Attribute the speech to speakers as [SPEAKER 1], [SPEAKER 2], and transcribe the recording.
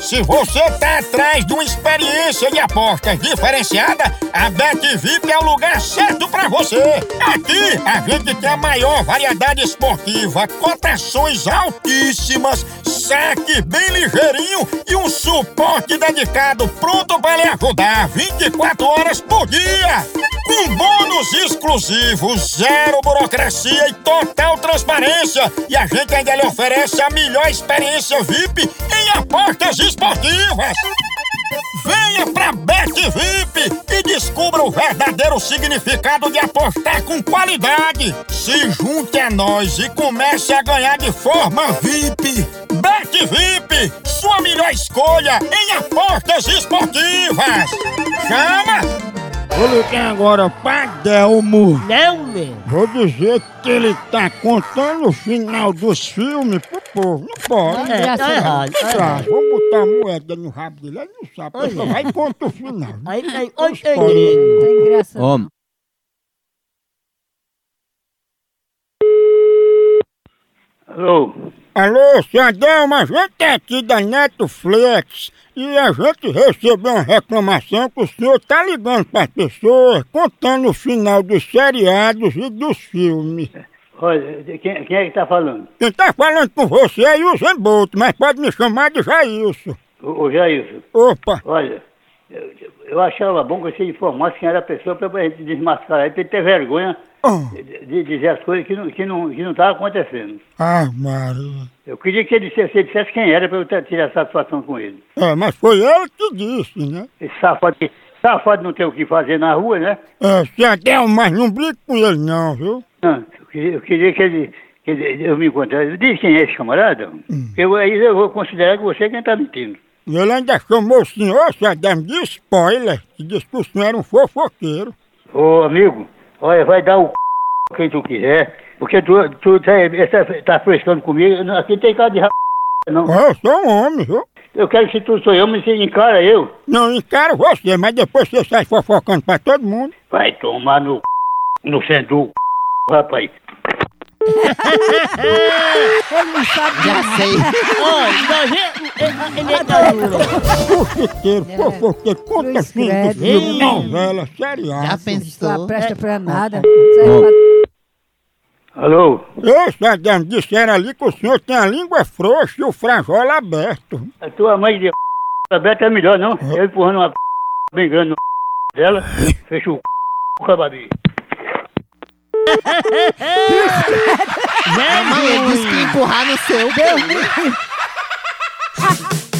[SPEAKER 1] Se você tá atrás de uma experiência de apostas diferenciada, a BetVip é o lugar certo pra você. Aqui a gente tem a maior variedade esportiva, cotações altíssimas, saque bem ligeirinho e um suporte dedicado pronto pra lhe ajudar 24 horas por dia. Com bônus exclusivos, zero burocracia e total transparência. E a gente ainda lhe oferece a melhor experiência VIP em apostas esportivas. Venha pra Bet VIP e descubra o verdadeiro significado de apostar com qualidade. Se junte a nós e comece a ganhar de forma VIP. Bet VIP, sua melhor escolha em apostas esportivas. Chama! Vou ligar agora pra Delmo.
[SPEAKER 2] Não, meu.
[SPEAKER 1] Vou dizer que ele tá contando o final dos filmes pro povo. Não pode. né?
[SPEAKER 2] É, tá errado. tá
[SPEAKER 1] Tá,
[SPEAKER 2] errado.
[SPEAKER 1] vou botar a moeda no rabo dele, ele não sabe. Ele só vai e conta o final. né?
[SPEAKER 2] Aí tem oito negrinhos.
[SPEAKER 3] Homem.
[SPEAKER 4] Alô?
[SPEAKER 1] Alô, senhor Adelmo, a gente é aqui da Netflix e a gente recebeu uma reclamação que o senhor tá ligando pras pessoas contando o final dos seriados e dos filmes.
[SPEAKER 4] Olha, de- quem, quem é que tá falando?
[SPEAKER 1] Quem tá falando com você é o Usain Bolt, mas pode me chamar de Jailson.
[SPEAKER 4] Ô, ô Jair,
[SPEAKER 1] Opa!
[SPEAKER 4] olha, eu, eu achava bom que você informasse quem era a pessoa pra a gente desmascarar ele, pra ele ter vergonha
[SPEAKER 1] Ah.
[SPEAKER 4] de, de dizer as coisas que não que não, que não tava acontecendo.
[SPEAKER 1] Ah, Maria.
[SPEAKER 4] Eu queria que ele dissesse, você dissesse quem era pra eu ter- tirar satisfação com ele.
[SPEAKER 1] É, mas foi ele que disse, né?
[SPEAKER 4] Esse safado, que- safado não tem o que fazer na rua, né?
[SPEAKER 1] É, se Adel, mas não briga com ele não, viu?
[SPEAKER 4] Não, Ah, eu queria, eu queria que, ele, que ele- eu me encontrasse. Diz quem é esse camarada. Eu, aí eu vou considerar que você é quem tá mentindo.
[SPEAKER 1] E ele ainda chamou o senhor, se Adel, de spoiler, que disse que o senhor era um fofoqueiro.
[SPEAKER 4] Ô amigo, olha, vai dar o c... quem tu quiser, porque tu, tu tá, essa- tá frescando comigo, eu não- aqui tem cara de r... não.
[SPEAKER 1] Ó, eu sou um homem, viu?
[SPEAKER 4] Eu quero que tu sou eu, mas você encara eu.
[SPEAKER 1] Não encaro você, mas depois você sai fofocando pra todo mundo.
[SPEAKER 4] Vai tomar no c... no centro do c... rapaz.
[SPEAKER 3] Já sei.
[SPEAKER 2] Olha, nós é- ele é da rua.
[SPEAKER 1] Fofoqueiro, fofoqueiro, conta filme do
[SPEAKER 5] credo.
[SPEAKER 1] filme, novela,
[SPEAKER 3] Já
[SPEAKER 1] seriado.
[SPEAKER 5] Lá
[SPEAKER 3] pensou?
[SPEAKER 5] tá presta pra nada.
[SPEAKER 4] Alô?
[SPEAKER 1] Eu, se Adel, disseram ali que o senhor tem a língua frouxa e o frajola aberto.
[SPEAKER 4] A tua mãe de c... aberta é melhor, não? Eu empurrando uma c... bem grande no c... dela, fecha o c... com a babi.
[SPEAKER 3] Ah, Mãe, ele disse que empurrar no seu.